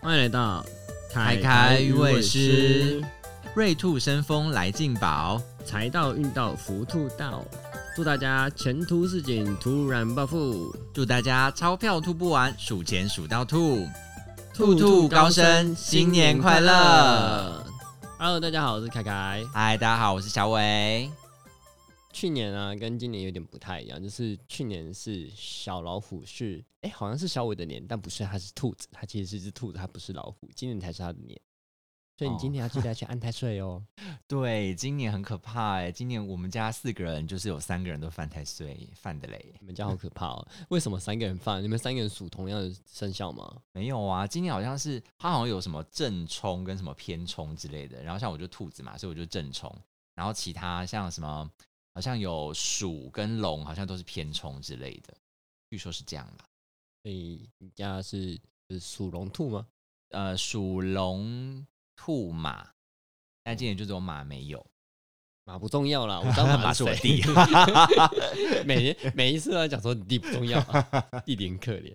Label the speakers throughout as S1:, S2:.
S1: 欢迎来到
S2: 凯凯鱼尾狮，瑞兔生风来进宝，
S1: 财到运到福兔到，祝大家前途似锦，突然暴富，
S2: 祝大家钞票吐不完，数钱数到吐，兔兔高升，新年快乐！
S1: ！Hello，大家好，我是凯凯。
S2: 嗨，大家好，我是小伟。
S1: 去年啊，跟今年有点不太一样，就是去年是小老虎是，哎、好像是小伟的年，但不是，它是兔子，它其实是一只兔子，它不是老虎，今年才是它的年。所以你
S2: 哦
S1: 今年要记得去安太岁哦。
S2: 对，今年很可怕哎，今年我们家四个人就是有三个人都犯太岁，犯的嘞。
S1: 你们家好可怕哦！为什么三个人犯？你们三个人属同样的生肖吗？
S2: 没有啊，今年好像是他好像有什么正冲跟什么偏冲之类的，然后像我就兔子嘛，所以我就正冲，然后其他像什么好像有鼠跟龙，好像都是偏冲之类的，据说是这样啦。
S1: 所以你家是是属龙兔吗？
S2: 呃，属龙、兔、马，但今年就只有马没有，
S1: 马不重要啦，我当马
S2: 是
S1: 是
S2: 我
S1: 我
S2: 弟啊
S1: 弟。。 每年每一次都在讲说你弟不重要、啊，弟弟很可怜。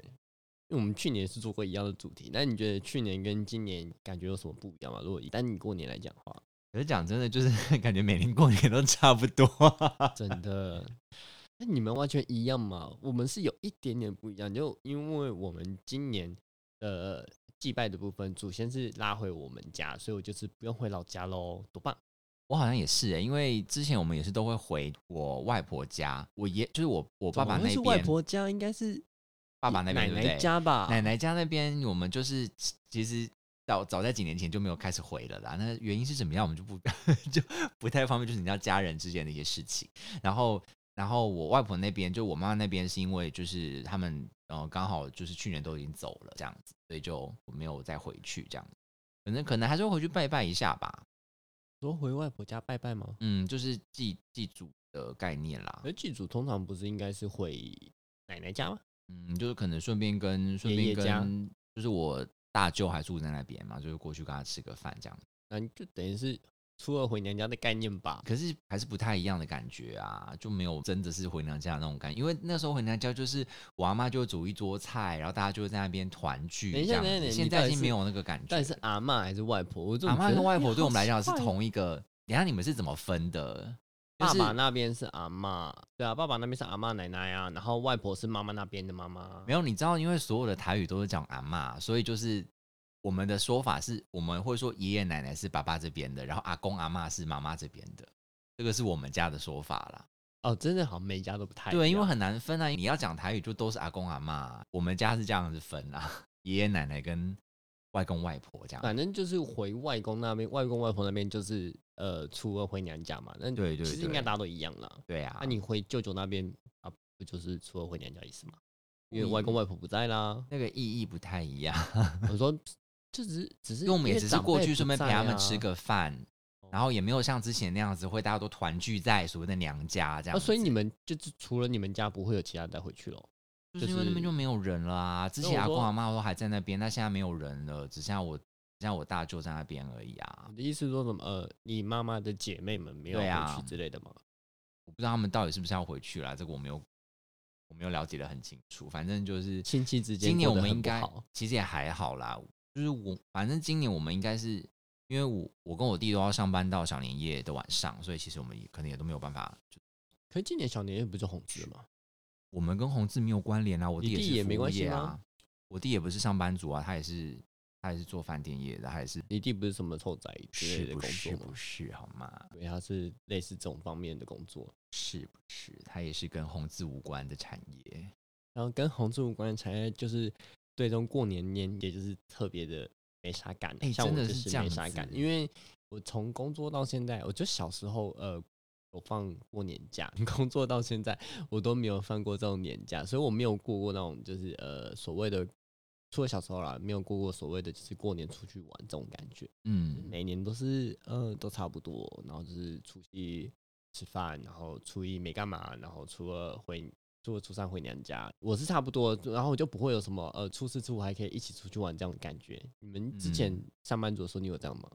S1: 因为我们去年是做过一样的主题，那你觉得去年跟今年感觉有什么不一样吗？如果以单你过年来讲的话，
S2: 可是讲真的，就是 感觉每年过年都差不多。
S1: 真的，那你们完全一样嘛？我们是有一点点不一样，就因为我们今年的祭拜的部分，祖先是拉回我们家，所以我就是不用回老家喽，多棒！
S2: 我好像也是、欸，因为之前我们也是都会回我外婆家，我爷就是我我爸爸
S1: 怎么
S2: 那
S1: 会是
S2: 边，
S1: 外婆家，应该是
S2: 爸爸那边
S1: 奶
S2: 对不
S1: 奶
S2: 对
S1: 家吧？
S2: 奶奶家那边，我们就是其实早早在几年前就没有开始回了啦。那原因是怎么样，我们就不 就不太方便，就是你知道家人之间的一些事情。然后，然后我外婆那边，就我妈妈那边，是因为就是他们呃刚好就是去年都已经走了这样子，所以就没有再回去这样。可能可能还是会回去拜拜一下吧，
S1: 说回外婆家拜拜吗？
S2: 嗯，就是祭祭祖的概念啦，
S1: 而祭祖通常不是应该是回奶奶家吗？
S2: 嗯，就是可能顺便跟顺
S1: 爷
S2: 便
S1: 爷家
S2: 跟就是我大舅还住在那边嘛，就是过去跟他吃个饭这样。
S1: 那你就等于是初二回娘家的概念吧？
S2: 可是还是不太一样的感觉啊，就没有真的是回娘家的那种感觉。因为那时候回娘家就是我阿妈就会煮一桌菜，然后大家就会在那边团聚
S1: 等一
S2: 这
S1: 下
S2: 样
S1: 等一
S2: 子。
S1: 下
S2: 现
S1: 你到
S2: 在
S1: 底
S2: 已经
S1: 是
S2: 没有那个感觉
S1: 到底。是阿嬷还是外婆？我怎么
S2: 阿妈
S1: 觉得
S2: 跟外婆
S1: 哎
S2: 对我们来
S1: 好
S2: 讲是
S1: 奇怪
S2: 同一个。等一下你们是怎么分的？就
S1: 爸
S2: 是
S1: 爸那边是阿嬷，对啊，爸爸那边是阿嬷奶奶啊，然后外婆是妈妈那边的妈妈。
S2: 没有，你知道，因为所有的台语都是讲阿妈，所以就是我们的说法是，我们会说爷爷奶奶是爸爸这边的，然后阿公阿妈是妈妈这边的，这个是我们家的说法啦。
S1: 哦，真的好像每家都不太一样
S2: 对，因为很难分啊。你要讲台语，就都是阿公阿妈。我们家是这样子分啊，爷爷奶奶跟外公外婆这样。
S1: 反正就是回外公那边，外公外婆那边就是呃初二回娘家嘛，那
S2: 对对
S1: 其实应该
S2: 对
S1: 大家都一样啦。
S2: 对啊
S1: 那、，你回舅舅那边啊，不就是初二回娘家意思吗？因为
S2: 不一
S1: 外公外婆不在啦。
S2: 那个意义不太一样，
S1: 我说，就只是只是
S2: 因为我们也
S1: 为
S2: 只是
S1: 长辈
S2: 过去
S1: 不
S2: 顺便陪
S1: 在
S2: 他们
S1: 啊哦
S2: 吃。个饭，然后也没有像之前那样子会大家都团聚在所谓的娘家这样
S1: 啊，
S2: 子、
S1: 所以你们就是除了你们家不会有其他人带回去咯。
S2: 就是因为那边就没有人了啊。之
S1: 那我
S2: 前阿公
S1: 说
S2: 阿妈都还在那边，那现在没有人了，只剩下我，只剩下我大舅在那边而已啊。
S1: 你的意思是说什么？呃，你妈妈的姐妹们没有
S2: 对
S1: 回
S2: 啊
S1: 去之类的吗？
S2: 我不知道他们到底是不是要回去啦，这个我没有，我没有了解的很清楚。反正就是
S1: 亲戚之间
S2: 今年
S1: 过
S2: 我
S1: 得
S2: 们
S1: 很
S2: 应
S1: 不
S2: 该
S1: 好
S2: 其实也还好啦，就是我反正今年我们应该是因为我我跟我弟都要上班到小年夜的晚上，所以其实我们也可能也都没有办法。就
S1: 可是今年小年夜不就红字了吗？
S2: 我们跟红字没有关联啊，我
S1: 你
S2: 也
S1: 弟
S2: 是
S1: 也没
S2: 服务
S1: 关系
S2: 业啊
S1: 吗，
S2: 我弟也不是上班族啊，他也是他也是做饭店业的，他也是
S1: 你弟不是什么臭仔之
S2: 是
S1: 类的
S2: 不
S1: 工作
S2: 是
S1: 吗
S2: 不？是好吗？
S1: 对，他是类似这种方面的工作，
S2: 是不是？他也是跟红字无关的产业。
S1: 然后跟红字无关的产业，就是对这种过年年也就是特别的没啥感。
S2: 哎
S1: 像我
S2: 真的
S1: 就是
S2: 这
S1: 没
S2: 样
S1: 啥感，
S2: 子
S1: 因为我从工作到现在，我就小时候呃。有放过年假， 工作到现在我都没有放过这种年假，所以我没有过过那种就是呃所谓的，除了小时候啦，没有过过所谓的就是过年出去玩这种感觉。
S2: 嗯，
S1: 每年都是呃都差不多，然后就是除夕吃饭，然后初一没干嘛，然后初二回初二初三回娘家，我是差不多，然后我就不会有什么呃初四初五还可以一起出去玩这样的感觉。你们之前
S2: 嗯
S1: 上班族的时候，你有这样吗？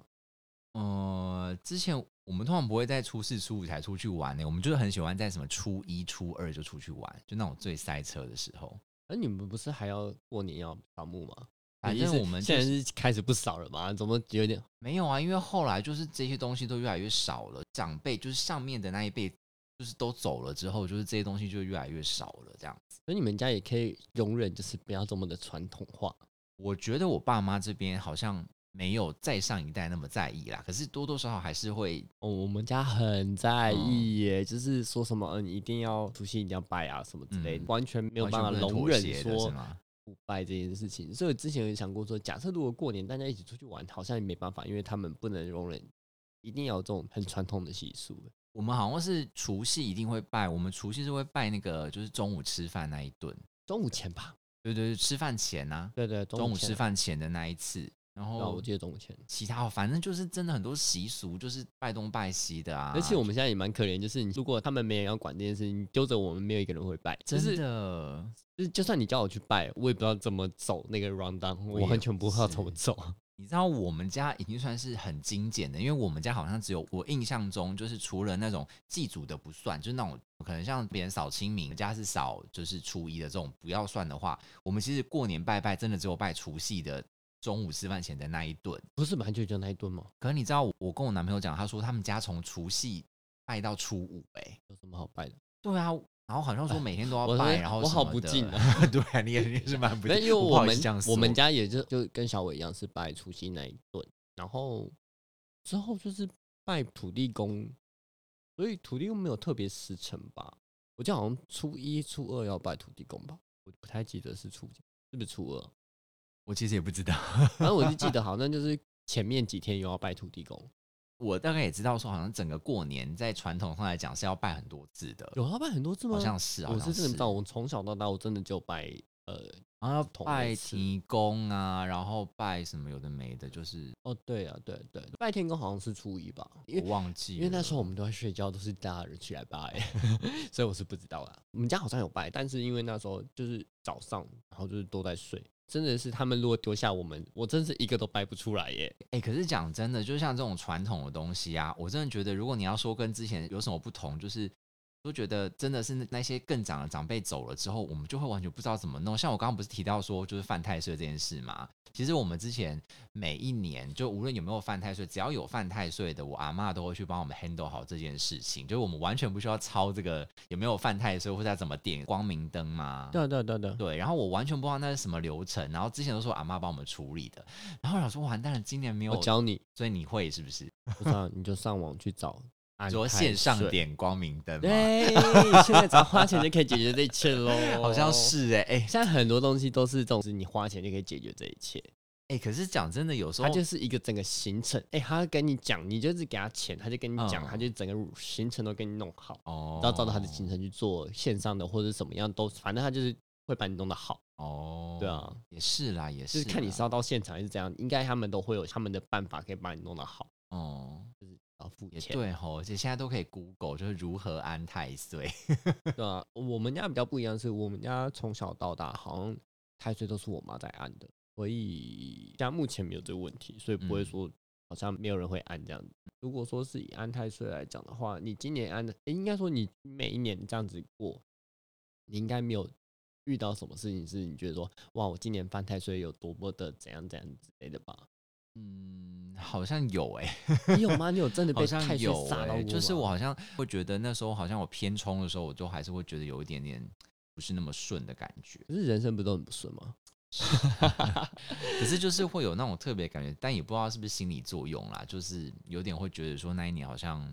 S2: 呃，之前我们通常不会在初四、初五才出去玩呢、我们就是很喜欢在什么初一、初二就出去玩，就那种最塞车的时候。
S1: 而你们不是还要过年要扫墓吗？
S2: 反
S1: 已经
S2: 正
S1: 是
S2: 我们就
S1: 现在是开始不少了嘛，怎么有点
S2: 没有啊，因为后来就是这些东西都越来越少了，长辈就是上面的那一辈就是都走了之后，就是这些东西就越来越少了，这样。
S1: 所以你们家也可以容忍，就是不要这么的传统化。
S2: 我觉得我爸妈这边好像没有再上一代那么在意啦，可是多多少少还是会
S1: 哦，我们家很在
S2: 嗯
S1: 意耶，就是说什么嗯，你一定要除夕一定要拜啊什么之类的，
S2: 嗯
S1: 完全没有
S2: 完全
S1: 办法
S2: 不能
S1: 容
S2: 妥
S1: 忍
S2: 协的是
S1: 说
S2: 吗？
S1: 不拜这件事情。所以我之前有想过说，假设如果过年大家一起出去玩，好像也没办法，因为他们不能容忍，一定要有这种很传统的习俗。
S2: 我们好像是除夕一定会拜，我们除夕是会拜那个就是中午吃饭那一顿，
S1: 中午前吧，
S2: 对对对，吃饭前呐、
S1: 对对，
S2: 啊，中
S1: 午
S2: 午
S1: 前
S2: 吃，饭哦前的那一次，
S1: 对
S2: 然
S1: 啊我
S2: 后
S1: 记得中午前。
S2: 其他反正就是真的很多习俗，就是拜东拜西的啊，
S1: 而且我们现在也蛮可怜，就是你如果他们没人要管这件事情，揪着我们没有一个人会拜，就
S2: 真
S1: 是
S2: 的
S1: 就是就算你叫我去拜，我也不知道怎么走那个 round down，
S2: 我
S1: 我
S2: 也
S1: 完全不知道怎么
S2: 是
S1: 走。啊
S2: 你知道我们家已经算是很精简的，因为我们家好像只有我印象中，就是除了那种祭祖的不算，就是那种可能像别人扫清明，我们家是扫就是初一的这种不要算的话，我们其实过年拜拜真的只有拜除夕的中午吃饭前的那一顿。
S1: 不是蛮久就那一顿吗？
S2: 可是你知道我我跟我男朋友讲，他说他们家从除夕拜到初五、欸，哎，
S1: 有什么好拜的？
S2: 对啊。然后好像说每天都要
S1: 我说
S2: 拜，
S1: 哎
S2: 然后
S1: 我
S2: 什
S1: 好
S2: 么
S1: 不
S2: 的
S1: 敬
S2: 对啊，你也你也是蛮不
S1: 那
S2: 敬。
S1: 因为
S2: 我不
S1: 我
S2: 好意
S1: 们
S2: 思这样说
S1: 我们家也就就跟小伟一样是拜除夕那一顿，然后之后就是拜土地公，所以土地公没有特别时辰吧？我记得好像初一、初二要拜土地公吧，我不太记得是初几，是不是初二？
S2: 我其实也不知道，
S1: 反正我就记得好像就是前面几天又要拜土地公，
S2: 我大概也知道说，好像整个过年在传统上来讲是要拜很多次的，
S1: 有要啊拜很多次吗？
S2: 好像是，啊好
S1: 我
S2: 像
S1: 是真的不知道，我从小到大我真的就拜呃
S2: 然后要
S1: 同
S2: 拜
S1: 类似
S2: 提公啊，然后拜什么有的没的，就是
S1: 哦对啊对对，拜天公好像是初一吧，因
S2: 我
S1: 为
S2: 忘记了，
S1: 因为那时候我们都在睡觉，都是大人起来拜， 所以我是不知道啦。我们家好像有拜，但是因为那时候就是早上，然后就是都在睡，真的是他们如果丢下我们，我真是一个都拜不出来耶。
S2: 哎、可是讲真的，就像这种传统的东西啊，我真的觉得，如果你要说跟之前有什么不同，就是都觉得真的是那那些更长的长辈走了之后，我们就会完全不知道怎么弄。像我刚刚不是提到说，就是犯太岁这件事嘛，其实我们之前每一年，就无论有没有犯太岁，只要有犯太岁的，我阿嬷都会去帮我们 handle 好这件事情，就是我们完全不需要操这个有没有犯太岁，或者要怎么点光明灯嘛。
S1: 对啊对啊对啊对啊，
S2: 对，然后我完全不知道那是什么流程，然后之前都说阿妈帮我们处理的，然后我想说完蛋了，今年没有
S1: 我教你，
S2: 所以你会是不是？
S1: 我知道你就上网去 找安
S2: 说
S1: 太
S2: 线上
S1: 岁。
S2: 点光明灯吗？
S1: 对，现在只要花钱就可以解决这一切 喽。
S2: 好像，是哎、欸、哎、欸
S1: 现在很多东西都是这种，是你花钱就可以解决这一切。
S2: 欸可是讲真的，有时候
S1: 它就是一个整个行程，哎、他跟你讲，你就是给他钱，他就跟你讲，
S2: 嗯
S1: 他就整个行程都给你弄好。
S2: 哦，
S1: 然后照着他的行程去做线上的或者怎么样都，反正他就是会把你弄得好，
S2: 哦，啊
S1: 对，啊，
S2: 也是啦，也
S1: 就是是看你
S2: 啦
S1: 是要到现场还是怎样，应该他们都会有他们的办法可以把你弄得好，
S2: 哦，
S1: 然后付
S2: 也
S1: 钱，
S2: 对吼，而且现在都可以 Google 就是如何安 太岁，
S1: 对啊。我们家比较不一样是，我们家从小到大好像太岁都是我妈在按的，所以家目前没有这个问题，所以不会
S2: 嗯
S1: 说好像没有人会按这样子。如果说是以安太岁来讲的话，你今年安的，诶应该说你每一年这样子过，你应该没有遇到什么事情是你觉得说，哇，我今年犯太岁有多么的怎样怎样之类的 吧？
S2: 嗯，好像有哎、
S1: 你有吗？你有真的
S2: 好
S1: 被
S2: 像
S1: 太岁
S2: 有
S1: 杀到
S2: 欸
S1: 过
S2: 就是
S1: 吗
S2: 我好像会觉得那时候好像我偏冲的时候，我就还是会觉得有一点点不是那么顺的感觉。
S1: 可是人生不都很不顺吗？
S2: 可是就是会有那种特别感觉，但也不知道是不是心理作用啦，就是有点会觉得说那一年好像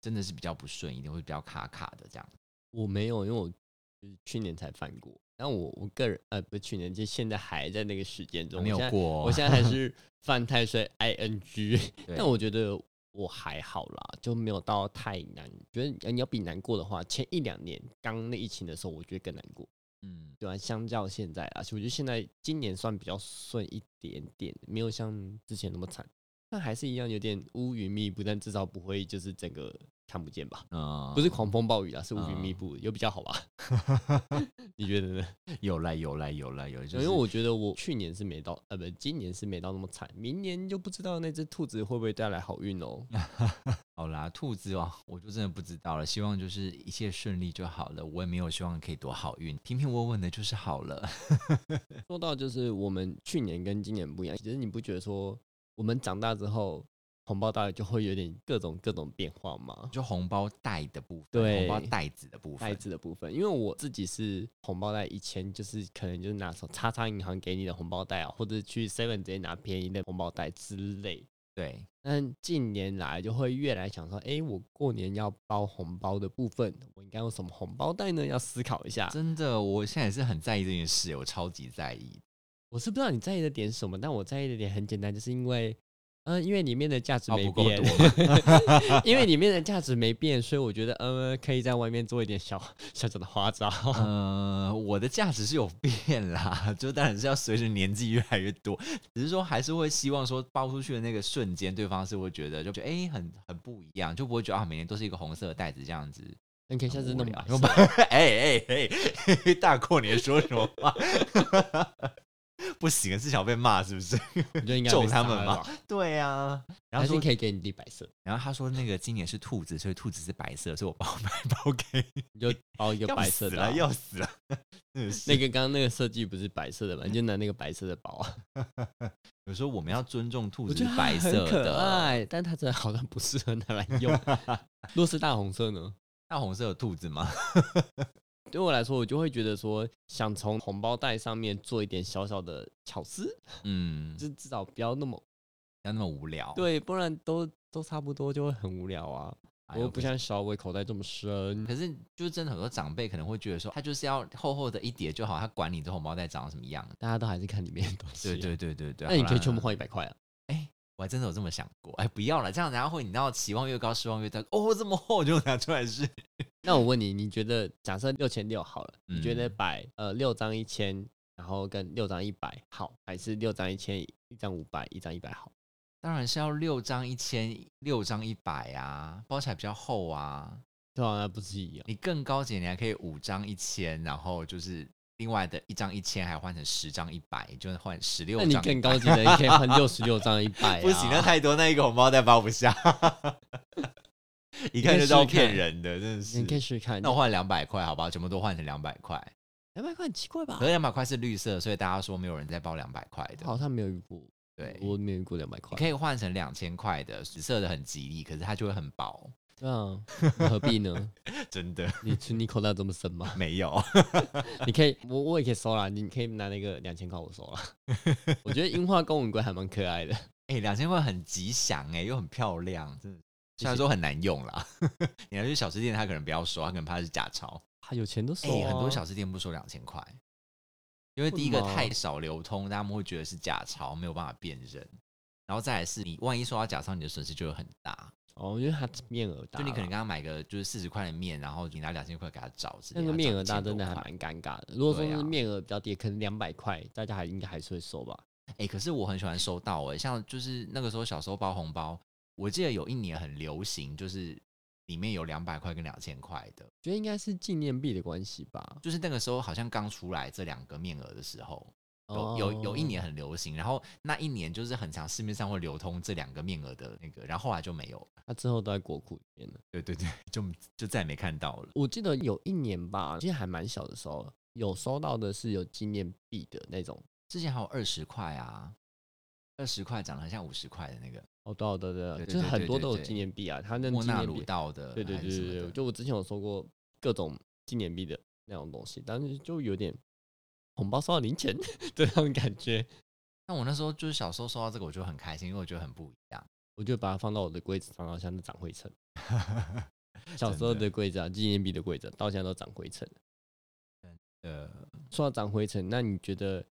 S2: 真的是比较不顺，一定会比较卡卡的这样。
S1: 我没有，因为我就是去年才犯过。但我我个人呃，不是去年，就现在还在那个时间中。
S2: 没有
S1: 我现在
S2: 过哦、
S1: 我现在 还是犯太岁 ing，
S2: 对
S1: 但我觉得我还好啦，就没有到太难。觉得呃你要比难过的话，前一两年刚那疫情的时候，我觉得更难过，
S2: 嗯，
S1: 对吧、啊相较现在，而且我觉得现在今年算比较顺一点点，没有像之前那么惨，但还是一样有点乌云密布，但至少不会就是整个看不见吧？
S2: 嗯，
S1: 不是狂风暴雨啊啦，是乌云
S2: 嗯
S1: 密布，有比较 好吧？你觉得呢？
S2: 有来有来有来有，就
S1: 因为
S2: 是
S1: 我觉得我去年是没到，呃，不，今年是没到那么惨，明年就不知道那只兔子会不会带来好运哦。
S2: 好啦，兔子哦，我就真的不知道了。希望就是一切顺利就好了，我也没有希望可以多好运，平平稳稳的就是好了。
S1: 说到就是我们去年跟今年不一样，其实你不觉得说我们长大之后红包袋就会有点各种各种变化吗？
S2: 就红包袋的部分，
S1: 对
S2: 红包袋子的部
S1: 袋
S2: 分，
S1: 子的部分，因为我自己是红包袋，以前就是可能就是拿手叉叉银行给你的红包袋啊，或者去 Seven 直接拿便宜的红包袋之类。
S2: 对，
S1: 但近年来就会越来想说，哎、我过年要包红包的部分，我应该用什么红包袋呢？要思考一下。
S2: 真的，我现在也是很在意这件事，我超级在意。
S1: 我是不知道你在意的点是什么，但我在意的点很简单，就是因为，嗯、因为里面的价值
S2: 哦
S1: 没
S2: 不够
S1: 变，因为里面的价值没变，所以我觉得，呃，可以在外面做一点小小小的花招。
S2: 呃，我的价值是有变啦，就当然是要随着年纪越来越多，只是说还是会希望说包出去的那个瞬间，对方是会觉得就觉得哎、诶很很不一样，就不会觉得啊每年都是一个红色的袋子这样子。
S1: 你可以下次弄
S2: 很无
S1: 白
S2: 聊
S1: 色
S2: 哎哎哎， 大过年说什么话？ 不行，至少被骂是不 是？
S1: 我觉得应该
S2: 揍
S1: 被
S2: 他
S1: 杀
S2: 们
S1: 了
S2: 吧。对呀、
S1: 还
S2: 然后
S1: 是
S2: 说
S1: 你可以给你弟白色，
S2: 然后他说那个今年是兔子，所以兔子是白色，所以我包买 包给你，
S1: 你就包一个
S2: 要
S1: 白色
S2: 死
S1: 的啊、
S2: 了，要死了， 真的是
S1: 那个刚刚那个设计不是白色的嘛，你就拿那个白色的包啊。
S2: 有时候我们要尊重兔
S1: 我
S2: 子
S1: 觉得
S2: 是
S1: 它
S2: 白
S1: 很
S2: 色
S1: 可
S2: 的，
S1: 爱，但它真的好像不适合拿来 用。若是大红色呢？
S2: 大红色的兔子 吗？
S1: 对我来说，我就会觉得说，想从红包袋上面做一点小小的巧思，
S2: 嗯，
S1: 就至少不要那么
S2: 要那么无聊。
S1: 对，不然都都差不多就会很无聊啊。
S2: 哎
S1: 我
S2: 呦，
S1: 又不
S2: 可是。
S1: 像小伟口袋这么深，
S2: 可是，就是真的很多长辈可能会觉得说，他就是要厚厚的一叠就好，他管你这红包袋长什么样。
S1: 大家都还是看里面的东西。
S2: 对，对对对对。
S1: 那你
S2: 好
S1: 可以
S2: 啦
S1: 全部换一百块啊。
S2: 我还真的有这么想过，哎，不要了，这样然后会你知道期望越高，失望越大。哦，这么厚就拿出来是，
S1: 那我问你，你觉得假设六千六好了，
S2: 嗯
S1: 你觉得百呃六张一千，然后跟六张一百好，还是六张一千一张五百一张一百好？
S2: 当然是要六张一千，六张一百啊，包起来比较厚啊。
S1: 对啊，那不是一样？
S2: 你更高级，你还可以五张一千，然后就是另外的一张一千，还换成十张一百，就是换十六
S1: 那
S2: 张啊
S1: 你
S2: 100。
S1: 更高级的，你可以换六十六张一百、啊。
S2: 不行，那太多，那一个红包袋包不下， 一看就知道
S1: 你可以试试看
S2: 骗人的，真的
S1: 你可以
S2: 是。
S1: 试试看。
S2: 那我换两百块，好不好？全部都换成两百块。
S1: 两百块很奇怪吧
S2: 可？是两百块是绿色，所以大家说没有人在包两百块
S1: 我好
S2: 的。
S1: 像没有遇过，
S2: 对，
S1: 我没有遇过两百块
S2: 你。可以换成两千块的，紫色的很吉利，可是它就会很薄，
S1: 对啊，你何必呢？
S2: 真的
S1: 你存你口袋这么深吗？
S2: 没有。
S1: 你可以，我我也可以收啦，你可以拿那个两千块我收 啦。我觉得樱花公文龟还蛮可爱的，
S2: 哎、两千块很吉祥哎、又很漂亮，真的。虽然说很难用啦， 你要去小吃店，他可能不要收，他可能怕是假钞。
S1: 他有钱都收、
S2: 哎、
S1: 啊
S2: 很多小吃店不收两千块，因为第一个
S1: 为什么啊
S2: 太少流通，大家们会觉得是假钞，没有办法辨认。然后再来是你万一收到假钞，你的损失就会很大。
S1: 哦，因为他面额大
S2: 就
S1: 啦，
S2: 你可能跟他买个就是四十块的面，然后你拿两千块给他找之类
S1: 那
S2: 的，
S1: 个面额
S2: 他
S1: 大
S2: 找1000多
S1: 真的还
S2: 块
S1: 蛮尴尬的。如果说
S2: 对啊
S1: 是面额比较低，可能两百块，大家还应该还是会收吧。
S2: 哎、可是我很喜欢收到哎、像就是那个时候小时候包红包，我记得有一年很流行，就是里面有两百块跟两千块的，
S1: 觉得应该是纪念币的关系吧。
S2: 就是那个时候好像刚出来这两个面额的时候，有有有一
S1: 哦
S2: 年很流行，然后那一年就是很长市面上会流通这两个面额的那个，然后后来就没有了，
S1: 他之后都在国库里面了。
S2: 对对对，就就再也没看到了。
S1: 我记得有一年吧，其实还蛮小的时候，有收到的是有纪念币的那种。
S2: 之前还有二十块啊，二十块长得很像五十块的那个
S1: 哦，对、啊、对、啊、对、啊，
S2: 对对
S1: 就是
S2: 对
S1: 很
S2: 对
S1: 多
S2: 对
S1: 都有
S2: 对
S1: 纪念币啊，他那
S2: 莫
S1: 纪
S2: 纳
S1: 念
S2: 鲁
S1: 币。
S2: 道的，
S1: 对对
S2: 还
S1: 对
S2: 是什么
S1: 对
S2: 的
S1: 对，就我之前有收过各种纪念币的那种东西，但是就有点红包收到零钱 的那种感觉，
S2: 那我那时候就是小时候收到这个，我就很开心，因为我觉得很不一样。
S1: 我就把它放到我的柜子上，然后现在长灰尘。小时候的柜子啊，纪念币的柜子啊、到现在都长灰尘。
S2: 呃，
S1: 说到长灰尘，那你觉得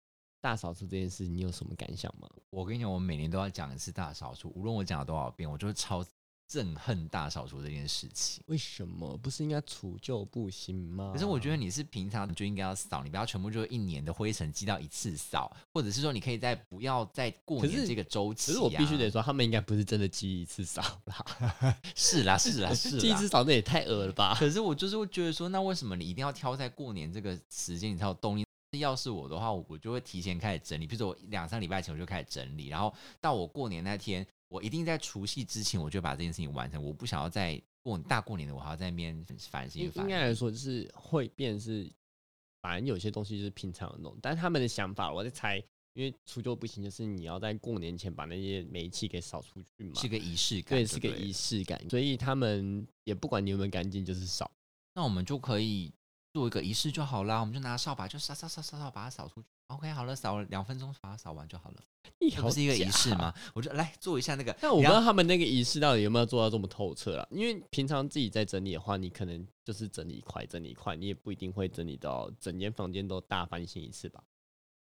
S1: 大扫除这件事，你有什么感想吗？
S2: 我跟你讲，我每年都要讲一次大扫除，无论我讲了多少遍，我就是超憎恨大扫除这件事情。
S1: 为什么不是应该除旧布新吗？
S2: 可是我觉得你是平常就应该要扫，你不要全部就一年的灰尘积到一次扫，或者是说你可以在不要在过
S1: 可
S2: 年
S1: 是
S2: 这个周期、
S1: 可
S2: 啊。
S1: 是我必须得说，他们应该不是真的记一次扫啦，
S2: 是啦，是啦，是
S1: 记一
S2: 啦
S1: 次。扫那也太恶了 吧？
S2: 可是我就是会觉得说，那为什么你一定要挑在过年这个时间你才有动力？要是我的话，我就会提前开始整理。比如说，我呃两三礼拜前我就开始整理，然后到我过年那天，我一定在除夕之前，我就把这件事情完成。我不想要在过大过年的我还要在那边烦心
S1: 应
S2: 烦
S1: 应。该来说，就是会变是，反正有些东西就是平常有弄，但他们的想法我在猜，因为除旧布新就是你要在过年前把那些煤气给扫出去嘛，
S2: 是个仪式感，
S1: 对，是个
S2: 对了
S1: 仪式感，所以他们也不管你有没有干净，就是扫。
S2: 那我们就可以做一个仪式就好啦，我们就拿扫把就扫扫扫扫扫把它扫出去。OK，好了，扫了两分钟，把它扫完就好了。
S1: 你
S2: 这
S1: 好
S2: 不是一个仪
S1: 假
S2: 式吗？我就来做一下那个，
S1: 但我不知
S2: 然
S1: 道
S2: 后
S1: 他们那个仪式到底有没有做到这么透彻啦，因为平常自己在整理的话，你可能就是整理一块整理一块，你也不一定会整理到整间房间都大翻新一次吧，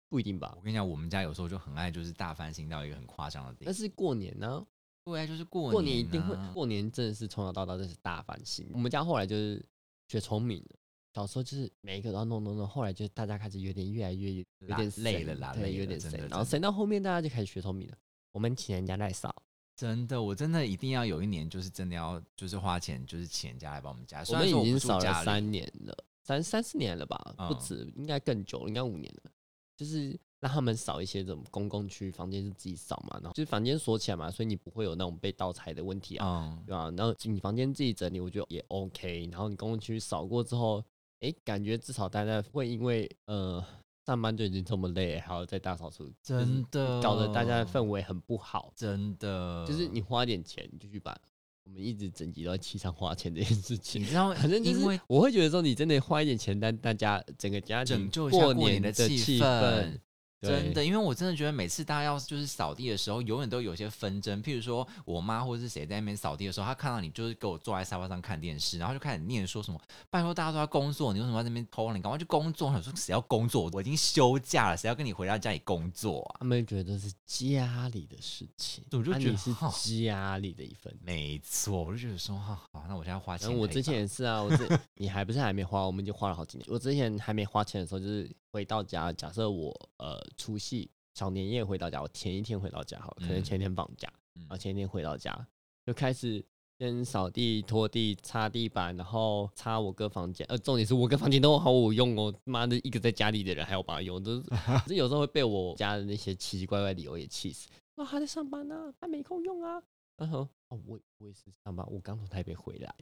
S1: 不一定吧
S2: 我。跟你讲，我们家有时候就很爱就是大翻新到一个很夸张的地
S1: 但
S2: 步。
S1: 是过年呢、
S2: 呃对啊，就是
S1: 过
S2: 过年、啊
S1: 年一定会，过年真的是从小到大都是大翻新。我们家后来就是学聪明了，小时候就是每一个都要弄弄弄，后来就是大家开始有点越来越有
S2: 啦
S1: 点神
S2: 累了啦累
S1: 对，
S2: 了
S1: 有点
S2: 真
S1: 神
S2: 的。
S1: 然后
S2: 真的
S1: 神到后面大家就开始学聪明了，我们请人家来扫，
S2: 真的，我真的一定要有一年就是真的要就是花钱就是请人家来帮我们家。
S1: 我
S2: 虽然
S1: 们
S2: 说
S1: 已
S2: 不
S1: 经
S2: 住
S1: 少
S2: 家
S1: 了
S2: 里，
S1: 三年了，三三四年了吧，不
S2: 嗯
S1: 止，应该更久了，应该五年了。就是让他们扫一些这种公共区，房间是自己扫嘛，然后就是房间锁起来嘛，所以你不会有那种被盗采的问题啊，
S2: 嗯，
S1: 对吧、然后你房间自己整理，我觉得也 OK。然后你公共区扫过之后，诶，感觉至少大家会因为呃上班就已经这么累，还要再大扫除，就是
S2: 真的嗯
S1: 搞得大家的氛围很不好。
S2: 真的
S1: 就是你花点钱，你就去把我们一直整集都在气上花钱这件事情
S2: 你，知 道，
S1: 反正就
S2: 因为
S1: 是我会觉得说，你真的花一点钱，但大家整个家庭
S2: 拯救一下
S1: 过
S2: 过年
S1: 的
S2: 的
S1: 气
S2: 气氛。真
S1: 对，
S2: 的，因为我真的觉得每次大家要就是扫地的时候，永远都有一些纷争。譬如说，我妈或者是谁在那边扫地的时候，她看到你就是给我坐在沙发上看电视，然后就开始念说什么“拜托大家都在工作，你为什么要在那边偷懒？你赶快去工作！”我说：“谁要工作？我已经休假了，谁要跟你回到家里工作啊
S1: 他们觉得是家里的事情，
S2: 我就
S1: 啊
S2: 觉得
S1: 你
S2: 哈
S1: 是家里的一份？”。
S2: 没错，我就觉得说，好好，那我现在花钱
S1: 然
S2: 可以
S1: 后
S2: 吧。
S1: 我之前也是啊，我 这你还不是还没花，我们已经花了好几年。我之前还没花钱的时候，就是回到家，假设我呃除夕小年夜回到家，我前一天回到家好了，可能
S2: 嗯
S1: 前一天放假，
S2: 嗯
S1: 然后前一天回到家就开始先扫地、拖地、擦地板，然后擦我哥房间。呃，重点是我哥房间都好我用哦，妈的，一个在家里的人还要把它用， 都是可是有时候会被我家的那些奇奇怪怪的理由也气死。啊，他在上班啊，他没空用啊。然后哦，我我也是上班，我刚从台北回来。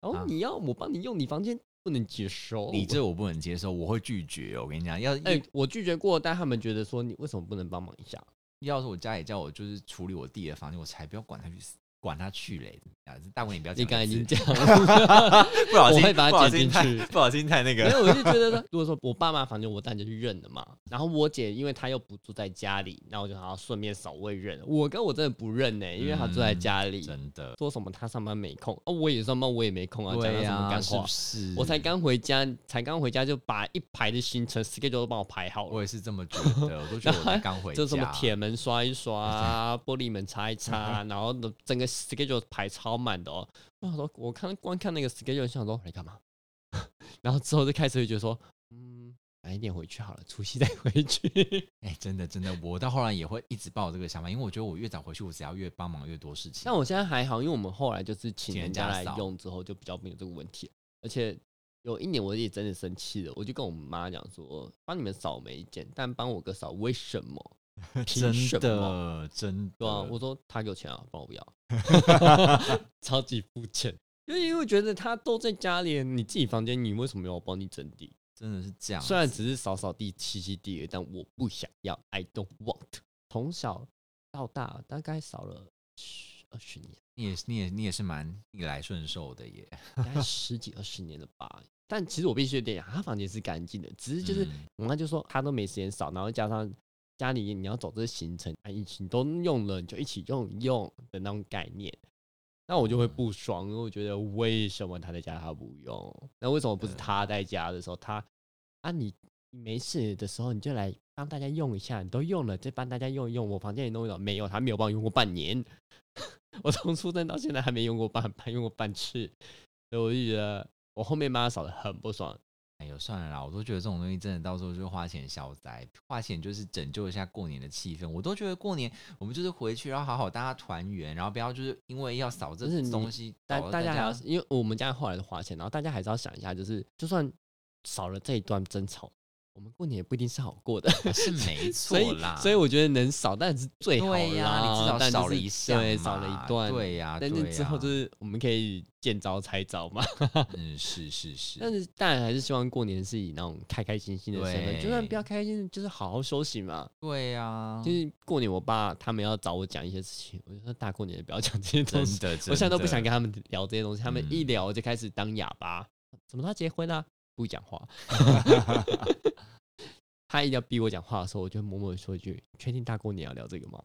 S1: 然后
S2: 啊
S1: 你要我帮你用你房间，不能接受。
S2: 你这我不能接受，我会拒绝。哦我跟你讲，要
S1: 哎、我拒绝过，但他们觉得说你为什么不能帮忙一下？
S2: 要是我家里叫我就是处理我弟的房间，我才不要管他去死，管他去嘞！啊，大过年不要讲
S1: 你刚才已
S2: 这
S1: 经
S2: 次
S1: 讲 了。
S2: 不小心，
S1: 我会把它
S2: 不小
S1: 剪
S2: 心
S1: 进
S2: 太
S1: 去
S2: 不小心太那
S1: 没
S2: 个。
S1: 有，我就觉得 说，如果说我爸妈房间，我当然就去认了嘛。然后我姐因为她又不住在家里，那我就好顺便扫我也认了。我跟我真的不认呢、因为她住在家里，
S2: 真的，
S1: 说什么她上班没空，哦，我也上班我也没空啊，讲、什么干
S2: 是
S1: 话
S2: 不。是？
S1: 我才，刚回家，才刚回家就把一排的行程 schedule 都帮我排好了
S2: 我，也是这么觉得，我都觉得 我才刚回家，嗯
S1: 就什么铁门刷一刷 啊，玻璃门擦一擦，然后整个 schedule 排超满的哦。我想说，我看光看那个 schedule，想说来干嘛？ 然后之后就开始会觉得说，嗯，晚一点回去好了，除夕再回去。
S2: 哎、真的真的，我到后来也会一直抱有这个想法，因为我觉得我越早回去，我只要越帮忙越多事情
S1: 但。我现在还好，因为我们后来就是请
S2: 请
S1: 人
S2: 人
S1: 家
S2: 家
S1: 来
S2: 扫
S1: 用之后，就比较没有这个问题。而且有一年我也真的生气了，我就跟我妈讲说，帮你们扫没意见，但帮我哥扫为什么？凭
S2: 真
S1: 什么？
S2: 的真的，
S1: 对啊，我说他给我钱啊，不然我不 要，超级肤浅。因为因为觉得他都在家里，你自己房间，你为什么要我帮你整理？
S2: 真的是这样。
S1: 虽然只是扫扫地、吸吸地而已，但我不想要，I don't want。从小到大，大概扫了十二十年，
S2: 你也是你也你也是蛮逆来顺受的耶，
S1: 大概十几二十年了吧。但其实我必须得讲，他房间是干净的，只是就是
S2: 嗯
S1: 我妈就说她都没时间扫，然后加上家里你要走这个行程，啊，一起都用了，你就一起用一用的那种概念。那我就会不爽，因为我觉得为什么她在家她不用？那为什么不是她在家的时候，她啊你你没事的时候你就来帮大家用一下，你都用了再帮大家用一用，我房间也弄一弄，没有她没有帮我用过半年， 我从出生到现在还没用过半盘，用过半次，所以我就觉得我后面妈嫂的很不爽。
S2: 哎呦，算了啦，我都觉得这种东西真的到时候就是花钱消灾，花钱就是拯救一下过年的气氛。我都觉得过年我们就是回去，然后好好大家团圆，然后不要就是因为要扫这
S1: 就是你
S2: 东西，
S1: 但
S2: 搞得
S1: 大家
S2: 家
S1: 还要，因为我们家后来花钱，然后大家还是要想一下，就是就算少了这一段争吵，我们过年也不一定是好过的。
S2: 啊是没 错
S1: 所以
S2: 啦，，
S1: 所以我觉得能少，但是最好啦。
S2: 对呀、你至少
S1: 但就是
S2: 少了一项嘛，
S1: 对，少了一段，
S2: 对呀、
S1: 但
S2: 对
S1: 是之后
S2: 呀
S1: 就是我们可以见招拆招 嘛。
S2: 嗯，是是是，
S1: 但是当然还是希望过年是以那种开开心心的身份，就算
S2: 对嗯
S1: 不要开心，就是好好休息嘛。
S2: 对呀、
S1: 就是过年我爸他们要找我讲一些事情，我就说大过年的不要讲这些东
S2: 真
S1: 西，
S2: 的，
S1: 我现在都不
S2: 真
S1: 想
S2: 的
S1: 跟他们聊这些东西，他们一
S2: 嗯
S1: 聊就开始当哑巴。怎么他结婚啦、啊不讲 话。他一定要逼我讲话的时候，我就默默的说一句：“确定大过年要聊这个吗？”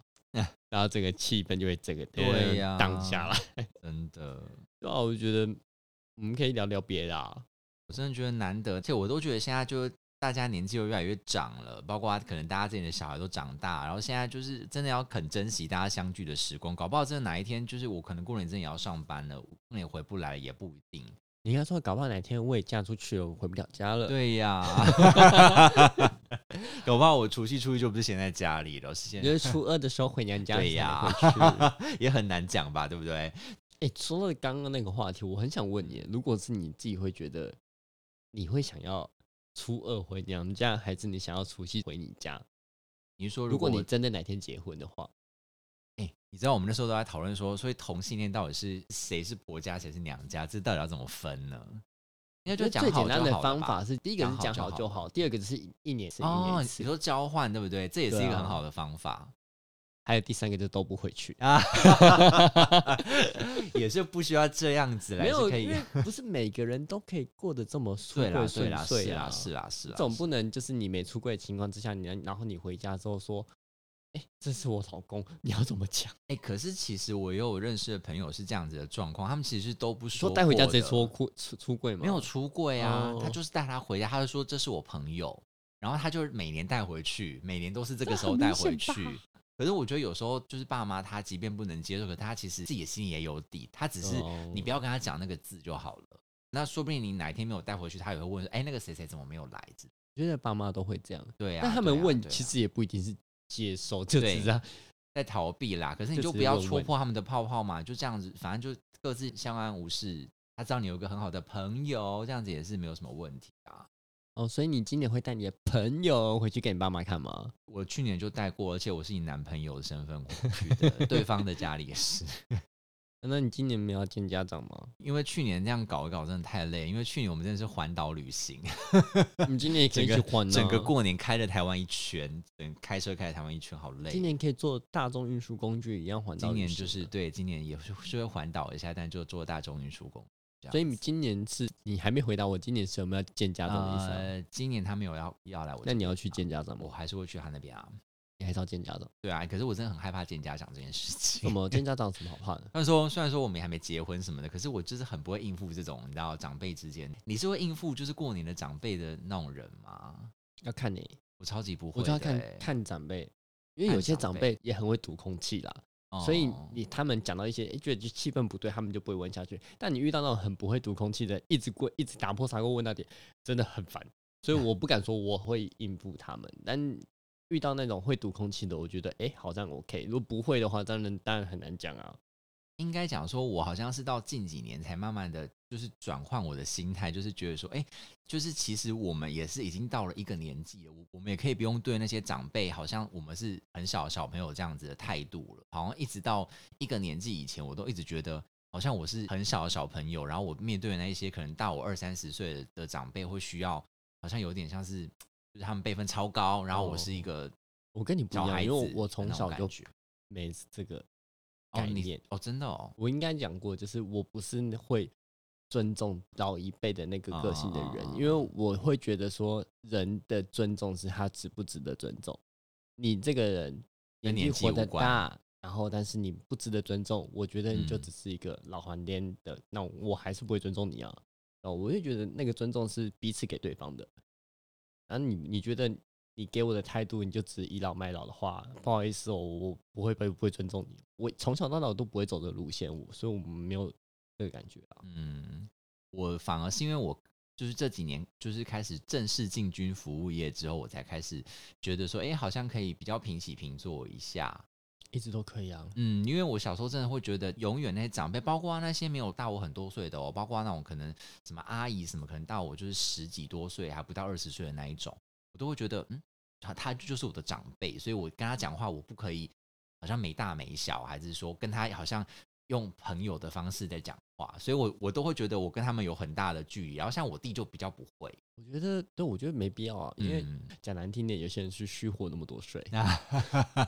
S1: 然后整个气氛就会整个
S2: 哎对呀
S1: 荡下来。
S2: 真的，
S1: 对啊，我觉得我们可以聊聊别的啊。
S2: 我真的觉得难得，而且我都觉得现在就大家年纪又越来越长了，包括可能大家自己的小孩都长大，然后现在就是真的要很珍惜大家相聚的时光，搞不好真的哪一天就是我可能过年真的也要上班了，过年回不来了也不一定。
S1: 你应该说，搞不好哪天我也嫁出去了，我回不了家了。
S2: 对呀， 搞不好我除夕初一就不是先在家里了，是
S1: 你
S2: 先
S1: 觉得初二的时候回娘家
S2: 对
S1: 才
S2: 呀
S1: 能回去。
S2: 也很难讲吧，对不对？
S1: 哎、除了刚刚那个话题，我很想问你，如果是你自己会觉得，你会想要初二回娘家，还是你想要除夕回你家？
S2: 你说
S1: 如
S2: 如
S1: 果
S2: 果我
S1: 你真的哪天结婚的话，
S2: 哎、你知道我们那时候都在讨论说，所以同性恋到底是谁是婆家，谁是娘家，这到底要怎么分呢？应该就
S1: 我觉得
S2: 讲
S1: 最
S2: 好
S1: 简
S2: 就
S1: 单的
S2: 好了
S1: 方
S2: 吧
S1: 法是，第一个是讲
S2: 讲好
S1: 好
S2: 就
S1: 就
S2: 好
S1: 好，第二个就是一一年是一
S2: 哦
S1: 年一，
S2: 你
S1: 次，
S2: 说交换对不对？这也是一
S1: 对
S2: 个
S1: 啊
S2: 很好的方法
S1: 还有第三个就都不回去。
S2: 啊， 也是不需要这样子来
S1: 没有，
S2: 是可
S1: 因
S2: 以
S1: 为不是每个人都可以过得这么
S2: 对
S1: 顺
S2: 啦
S1: 遂
S2: 对啦
S1: 顺遂
S2: 是
S1: 啊
S2: 啦，是啦是啦，
S1: 总不能就是你没出柜的情况之下，你然后你回家之后说，哎、这是我老公，你要怎么讲？
S2: 哎、可是其实我也有认识的朋友是这样子的状况，他们其实都不
S1: 你说
S2: 说
S1: 带回家
S2: 破
S1: 直接
S2: 的
S1: 出柜出出柜吗？
S2: 没有出柜啊，他
S1: 哦
S2: 就是带他回家，他就说这是我朋友，然后他就每年带回去，每年都是这个
S1: 这
S2: 时候
S1: 很
S2: 带
S1: 明
S2: 回
S1: 显吧
S2: 去。可是我觉得有时候就是爸妈他即便不能接受，可他其实自己心里也有底，他只是
S1: 哦
S2: 你不要跟他讲那个字就好了。那说不定你哪一天没有带回去，他也会问说：“哎、那个谁谁怎么没有来之类
S1: 我觉得爸妈都会这样，
S2: 的？”对啊，
S1: 但他
S2: 对
S1: 们
S2: 啊
S1: 问
S2: 对啊
S1: 其实也不一定是接受，就
S2: 对
S1: 只是啊
S2: 在逃避啦。可是你
S1: 就
S2: 就
S1: 只
S2: 不
S1: 是
S2: 要
S1: 问
S2: 戳
S1: 问
S2: 破他们的泡泡嘛，就这样子，反正就各自相安无事。他知道你有一个很好的朋友，这样子也是没有什么问题啊。
S1: 哦，所以你今年会带你的朋友回去给你爸妈看吗？
S2: 我去年就带过，而且我是以男朋友的身份回去的，对方的家里也是。
S1: 那你今年没有要见家长吗？
S2: 因为去年这样搞一搞真的太累，因为去年我们真的是环岛旅行，
S1: 你今年也可以
S2: 整
S1: 去
S2: 个
S1: 换、啊、
S2: 整个过年开了台湾一圈，整开车开了台湾一圈，好累。
S1: 今年可以做大众运输工具一样环
S2: 今
S1: 岛旅
S2: 年
S1: 行
S2: 就
S1: 啊
S2: 是对，今年也是是会环岛一下，但就做大众运输工。这样
S1: 所以你今年是你还没回答我，今年是有没有见家长的意思、啊？
S2: 呃，今年他没有要要来我这
S1: 那
S2: 边，
S1: 你要去见家长
S2: 我
S1: 吗？
S2: 还是会去他那边啊。
S1: 你还是要见家长？
S2: 对啊，可是我真的很害怕见家长这件事情。
S1: 怎 么见家长有什么好怕的？
S2: 虽然说，虽然说我们也还没结婚什么的，可是我就是很不会应付这种，你知道长辈之间，你是会应付就是过年的长辈的那种人吗？
S1: 要看你、
S2: 我超级不会
S1: 我
S2: 的
S1: 就
S2: 欸、
S1: 要看看长辈，因为有些长辈也很会读空气啦，
S2: 哦
S1: 所以你他们讲到一些、诶觉得气氛不对，他们就不会问下去。但你遇到那种很不会读空气的，一直过一直打破砂锅问到底，真的很烦。所以我不敢说我会应付他 们，但遇到那种会读空气的，我觉得诶好像 OK。如果不会的话，当然当然很难讲啊。
S2: 应该讲说，我好像是到近几年才慢慢的就是转换我的心态，就是觉得说，哎、就是其实我们也是已经到了一个年纪了，我我们也可以不用对那些长辈，好像我们是很小的小朋友这样子的态度了。好像一直到一个年纪以前，我都一直觉得。好像我是很小的小朋友，然后我面对的那一些可能大我二三十岁的的长辈，会需要好像有点像是就是他们辈分超高，然后我
S1: 哦
S2: 是一个
S1: 我跟你不一
S2: 小
S1: 样，
S2: 孩
S1: 因
S2: 子
S1: 为
S2: 的
S1: 我
S2: 那种感觉，
S1: 我从小就没这个
S2: 哦
S1: 概
S2: 你
S1: 念。
S2: 哦真的哦，
S1: 我应该讲过，就是我不是会尊重老一辈的那个个性的人，
S2: 啊
S1: 因为我会觉得说，人的尊重是他值不值得尊重。你这个人
S2: 跟
S1: 年
S2: 年纪
S1: 纪活得
S2: 无关
S1: 大，然后但是你不值得尊重，我觉得你就
S2: 嗯
S1: 只是一个老黄脸的，那我还是不会尊重你啊。哦，我就觉得那个尊重是彼此给对方的。然后你你觉得你给我的态度，你就只倚老卖老的话，不好意思、哦，我我不会被不会尊重你。我从小到大我都不会走这个路线，我所以我没有这个感觉啊。
S2: 嗯，我反而是因为我就是这几年就是开始正式进军服务业之后，我才开始觉得说，哎、好像可以比较平起平坐一下。
S1: 一直都可以啊，
S2: 嗯，因为我小时候真的会觉得，永远那些长辈，包括那些没有大我很多岁的哦，包括那种可能什么阿姨什么，可能大我就是十几多岁，还不到二十岁的那一种，我都会觉得，嗯，他他就是我的长辈，所以我跟他讲话，我不可以好像没大没小，还是说跟他好像用朋友的方式在讲话，所以我我都会觉得我跟他们有很大的距离。然后像我弟就比较不会，
S1: 我觉得对，我觉得没必要啊，因为
S2: 嗯
S1: 讲难听点，有些人是虚火那么多 岁，
S2: 那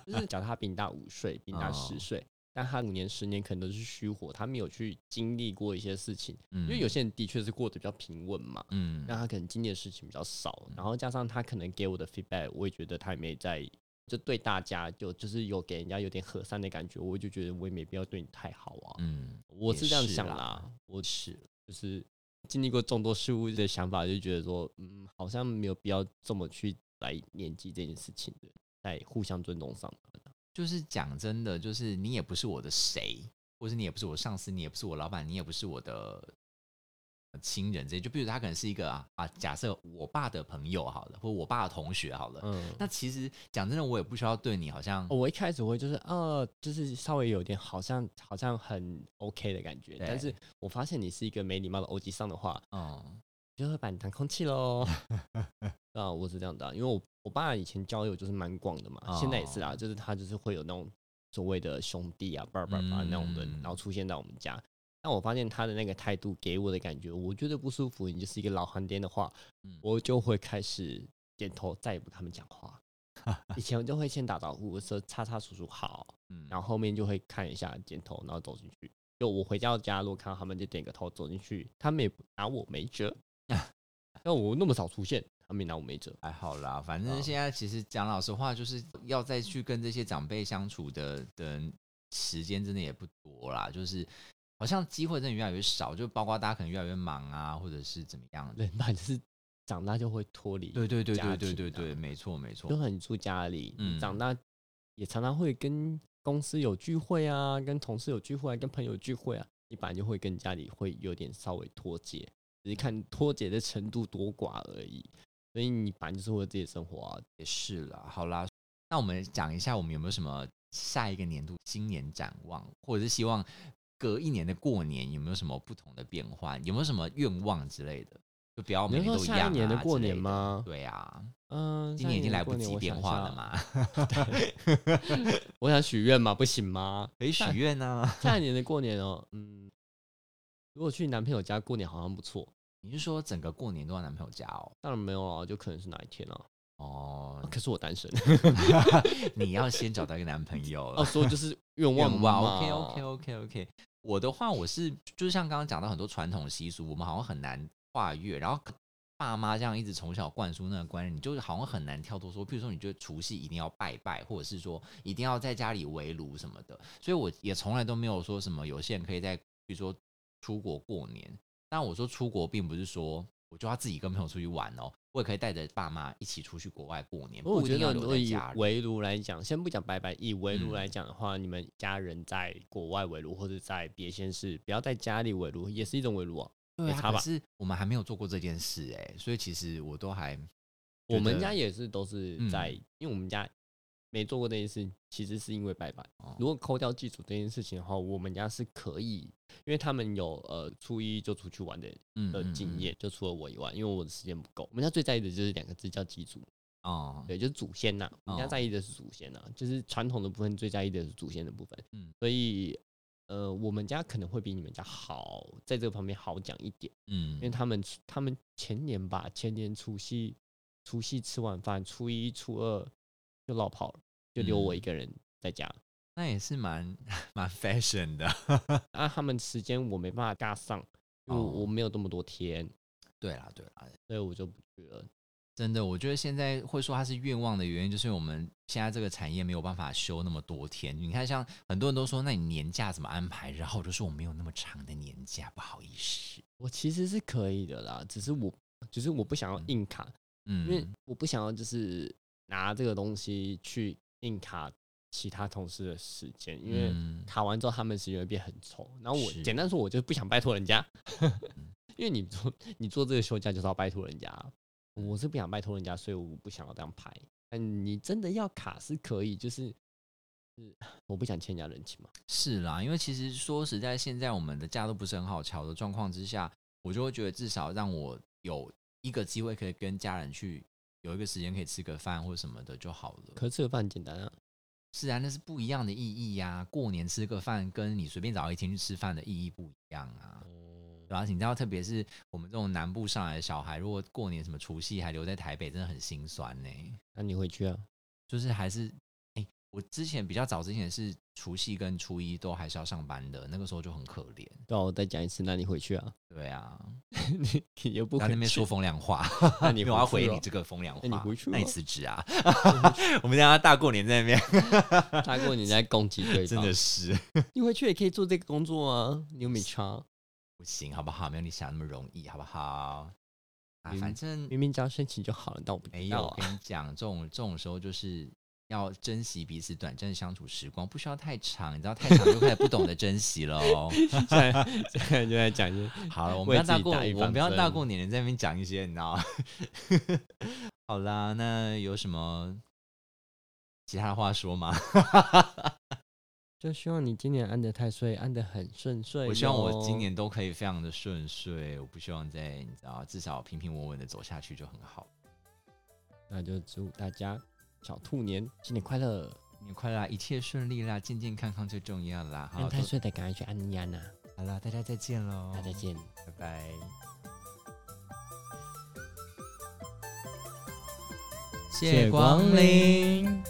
S1: 就是假如他比你大五岁，比你大
S2: 哦
S1: 十岁，但他五年、十年可能都是虚火，他没有去经历过一些事情，
S2: 因
S1: 因为有些人的确是过得比较平稳嘛，
S2: 嗯
S1: 那他可能经历的事情比较少，然后加上他可能给我的 feedback，我也觉得他也没在。就对大家就就是有给人家有点和善的感觉，我就觉得我也没必要对你太好啊。
S2: 嗯，
S1: 我
S2: 也
S1: 是这样
S2: 是
S1: 想
S2: 啦
S1: 啦，我是就是经历过众多事物的想法，就觉得说，嗯，好像没有必要这么去来年纪这件事情的，在互相尊重上面。
S2: 就是讲真的，就是你也不是我的谁，或是你也不是我上司，你也不是我老板，你也不是我的亲人这些。就比如他可能是一个啊啊，假设我爸的朋友好了，或我爸的同学好了。
S1: 嗯，
S2: 那其实讲真的，我也不需要对你好像
S1: 哦我一开始会就是呃，就是稍微有点好像好像很 OK 的感觉，但
S2: 对
S1: 是我发现你是一个没礼貌的欧吉桑的话，
S2: 嗯
S1: 就会把你当空气 喽。啊，我是这样的啊、因为我我爸以前交友就是蛮广的嘛，现在也是
S2: 哦
S1: 啦，就是他就是会有那种所谓的兄弟啊、爸爸爸那种人，
S2: 嗯
S1: 然后出现在我们家。但我发现他的那个态度给我的感觉，我觉得不舒服。你就是一个老汉颠的话，
S2: 嗯
S1: 我就会开始点头，再也不跟他们讲 话。以前我就会先打招呼，我说“叉叉叔叔好”，
S2: 嗯，
S1: 然后后面就会看一下点头，然后走进去。就我回到家，如果看到他们就点个头走进去，他们也不拿我没 辙。那我那么少出现，他们也拿我没辙。
S2: 还好啦，反
S1: 啊
S2: 正现在其实讲老实话，就是要再去跟这些长辈相处的的时间真的也不多啦，就是好像机会真的越来越少，就包括大家可能越来越忙啊，或者是怎么样。
S1: 人吧，就是长大就会脱离，
S2: 对对对
S1: 家
S2: 对对
S1: 庭
S2: 对
S1: 啊
S2: 对，没错没错
S1: 就。很住家里。
S2: 嗯
S1: 长大也常常会跟公司有聚会啊，跟同事有聚会、啊，跟朋友聚会啊。你本来就会跟家里会有点稍微脱节，只是看脱节的程度多寡而已。所以你本来就是会有自己的生活啊，
S2: 也是啦，好啦，那我们讲一下我们有没有什么下一个年度新年展望，或者是希望隔一年的过年有没有什么不同的变换，有没有什么愿望之类的，就不要每
S1: 你
S2: 年
S1: 说
S2: 都一样、啊、
S1: 下一年的过年
S2: 之类的？
S1: 吗？
S2: 对啊，
S1: 嗯，
S2: 今年已经
S1: 下
S2: 来
S1: 一
S2: 不
S1: 的过年
S2: 及
S1: 我
S2: 变
S1: 想一
S2: 化
S1: 下
S2: 了
S1: 啊？
S2: 嘛，
S1: 我想许愿嘛，不行吗？
S2: 可以许愿啊。
S1: 下一年的过年哦，嗯，如果去男朋友家过年好像不错，
S2: 你是说整个过年都在男朋友家哦？
S1: 当然没有啊，就可能是哪一天啊？啊
S2: 哦，
S1: 可是我单身
S2: 你要先找到一个男朋友了
S1: 哦，。所以就是愿望
S2: 愿
S1: 嘛。
S2: 望。OK OK OK OK。我的话，我是就是像刚刚讲到很多传统习俗，我们好像很难跨越，然后爸妈这样一直从小灌输那个观念，你就是好像很难跳脱说，譬如说，你觉得除夕一定要拜拜，或者是说一定要在家里围炉什么的，所以我也从来都没有说什么有些人可以在比如说出国过年，但我说出国并不是说我就要自己跟朋友出去玩哦，我也可以带着爸妈一起出去国外过年，
S1: 不哦过我
S2: 不一
S1: 觉
S2: 定要
S1: 得，
S2: 留
S1: 如
S2: 在
S1: 以
S2: 家里。
S1: 围炉来讲，先不讲拜拜，以围炉
S2: 嗯
S1: 来讲的话，你们家人在国外围炉，或者在别县市，不要在家里围炉，也是一种围炉啊。
S2: 对
S1: 没
S2: 啊，
S1: 差
S2: 可
S1: 吧
S2: 是我们还没有做过这件事哎、所以其实我都还
S1: 我
S2: 觉
S1: 们
S2: 得嗯
S1: 家也是都是在，因为我们家没做过这件事，其实是因为拜拜。
S2: 哦
S1: 如果扣掉祭祖这件事情的话，我们家是可以，因为他们有呃初一就出去玩的
S2: 嗯
S1: 的
S2: 嗯
S1: 经
S2: 嗯
S1: 验，就除了我以外，因为我的时间不够。我们家最在意的就是两个字叫祭祖，
S2: 哦，
S1: 对，就是祖先呐、我们家
S2: 哦
S1: 在意的是祖先呐、就是传统的部分最在意的是祖先的部分。
S2: 嗯
S1: 所以呃，我们家可能会比你们家好，在这个方面好讲一点。
S2: 嗯
S1: 因为他们他们前年吧，前年除夕除夕吃晚饭，初一初二就落跑了，就留我一
S2: 嗯
S1: 个人在家。
S2: 那也是蛮蛮 fashion 的。
S1: 啊，他们时间我没办法搭上，因为
S2: 哦
S1: 我没有这么多天，
S2: 对啦对啦，
S1: 所以我就不去了。
S2: 真的，我觉得现在会说它是愿望的原因，就是因为我们现在这个产业没有办法休那么多天。你看，像很多人都说，那你年假怎么安排？然后我就说我没有那么长的年假，不好意思。
S1: 我其实是可以的啦，只是我只是我不想要硬卡，
S2: 嗯，
S1: 因为我不想要就是拿这个东西去硬卡其他同事的时间，因为
S2: 嗯
S1: 卡完之后他们时间会变很丑。然后我
S2: 是嗯
S1: 简单说，我就不想拜托人家， 因为你做你做这个休假就是要拜托人家，啊我是不想拜托人家，所以我不想要这样排。但你真的要卡是可以，就是是我不想欠人家人情嘛。
S2: 是啦，因为其实说实在，现在我们的假都不是很好瞧的状况之下，我就会觉得至少让我有一个机会可以跟家人去有一个时间可以吃个饭或什么的就好了。
S1: 可是吃个饭很简单啊，
S2: 是啊，那是不一样的意义呀、过年吃个饭跟你随便找一天去吃饭的意义不一样啊。然后你知道，特别是我们这种南部上来的小孩，如果过年什么除夕还留在台北，真的很心酸呢、
S1: 那你回去啊？
S2: 就是还是，哎、我之前比较早之前是除夕跟初一都还是要上班的，那个时候就很可怜。
S1: 对啊，我再讲一次，那你回去啊？
S2: 对啊，
S1: 你你又不
S2: 在
S1: 回
S2: 那边
S1: 去
S2: 说，风凉话，
S1: 那你
S2: 没有要
S1: 回去哦
S2: 回你这个风凉话，
S1: 那你回去
S2: 那你
S1: 哦
S2: 辞职啊！ 我们家大过年在那边，
S1: 大过年在攻击对方，
S2: 真的是
S1: 你回去也可以做这个工作啊，你又没差。
S2: 不行，好不好？没有你想那么容易，好不好？啊，
S1: 嗯
S2: 反正
S1: 明明只要申请就好了，但我不
S2: 没
S1: 知
S2: 有，
S1: 道
S2: 我
S1: 啊。
S2: 跟你讲，这种这种时候就是要珍惜彼此短暂的相处时光，不需要太长，你知道太长就开始不懂得珍惜了哦。
S1: 现 在现在就在讲一些，
S2: 好了，我们不
S1: 为
S2: 要
S1: 自己
S2: 大过，
S1: 打预
S2: 我们
S1: 防
S2: 不要大
S1: 针
S2: 过年了在那边讲一些，你知道吗？ 好啦，那有什么其他的话说吗？
S1: 就希望你今年安得太岁，安得很顺遂。
S2: 我希望我今，年都可以非常的顺遂，我不希望再你知道，至少平平稳稳的走下去就很好。
S1: 那就祝大家小兔年新年快乐，
S2: 你快乐啦，啊一切顺利啦，健健康康最重要啦。好
S1: 安
S2: 啦，
S1: 太
S2: 都
S1: 岁的赶快去安一安呐、
S2: 好啦，大家再见喽，
S1: 大家再，见。
S2: 拜拜。
S1: 谢光临。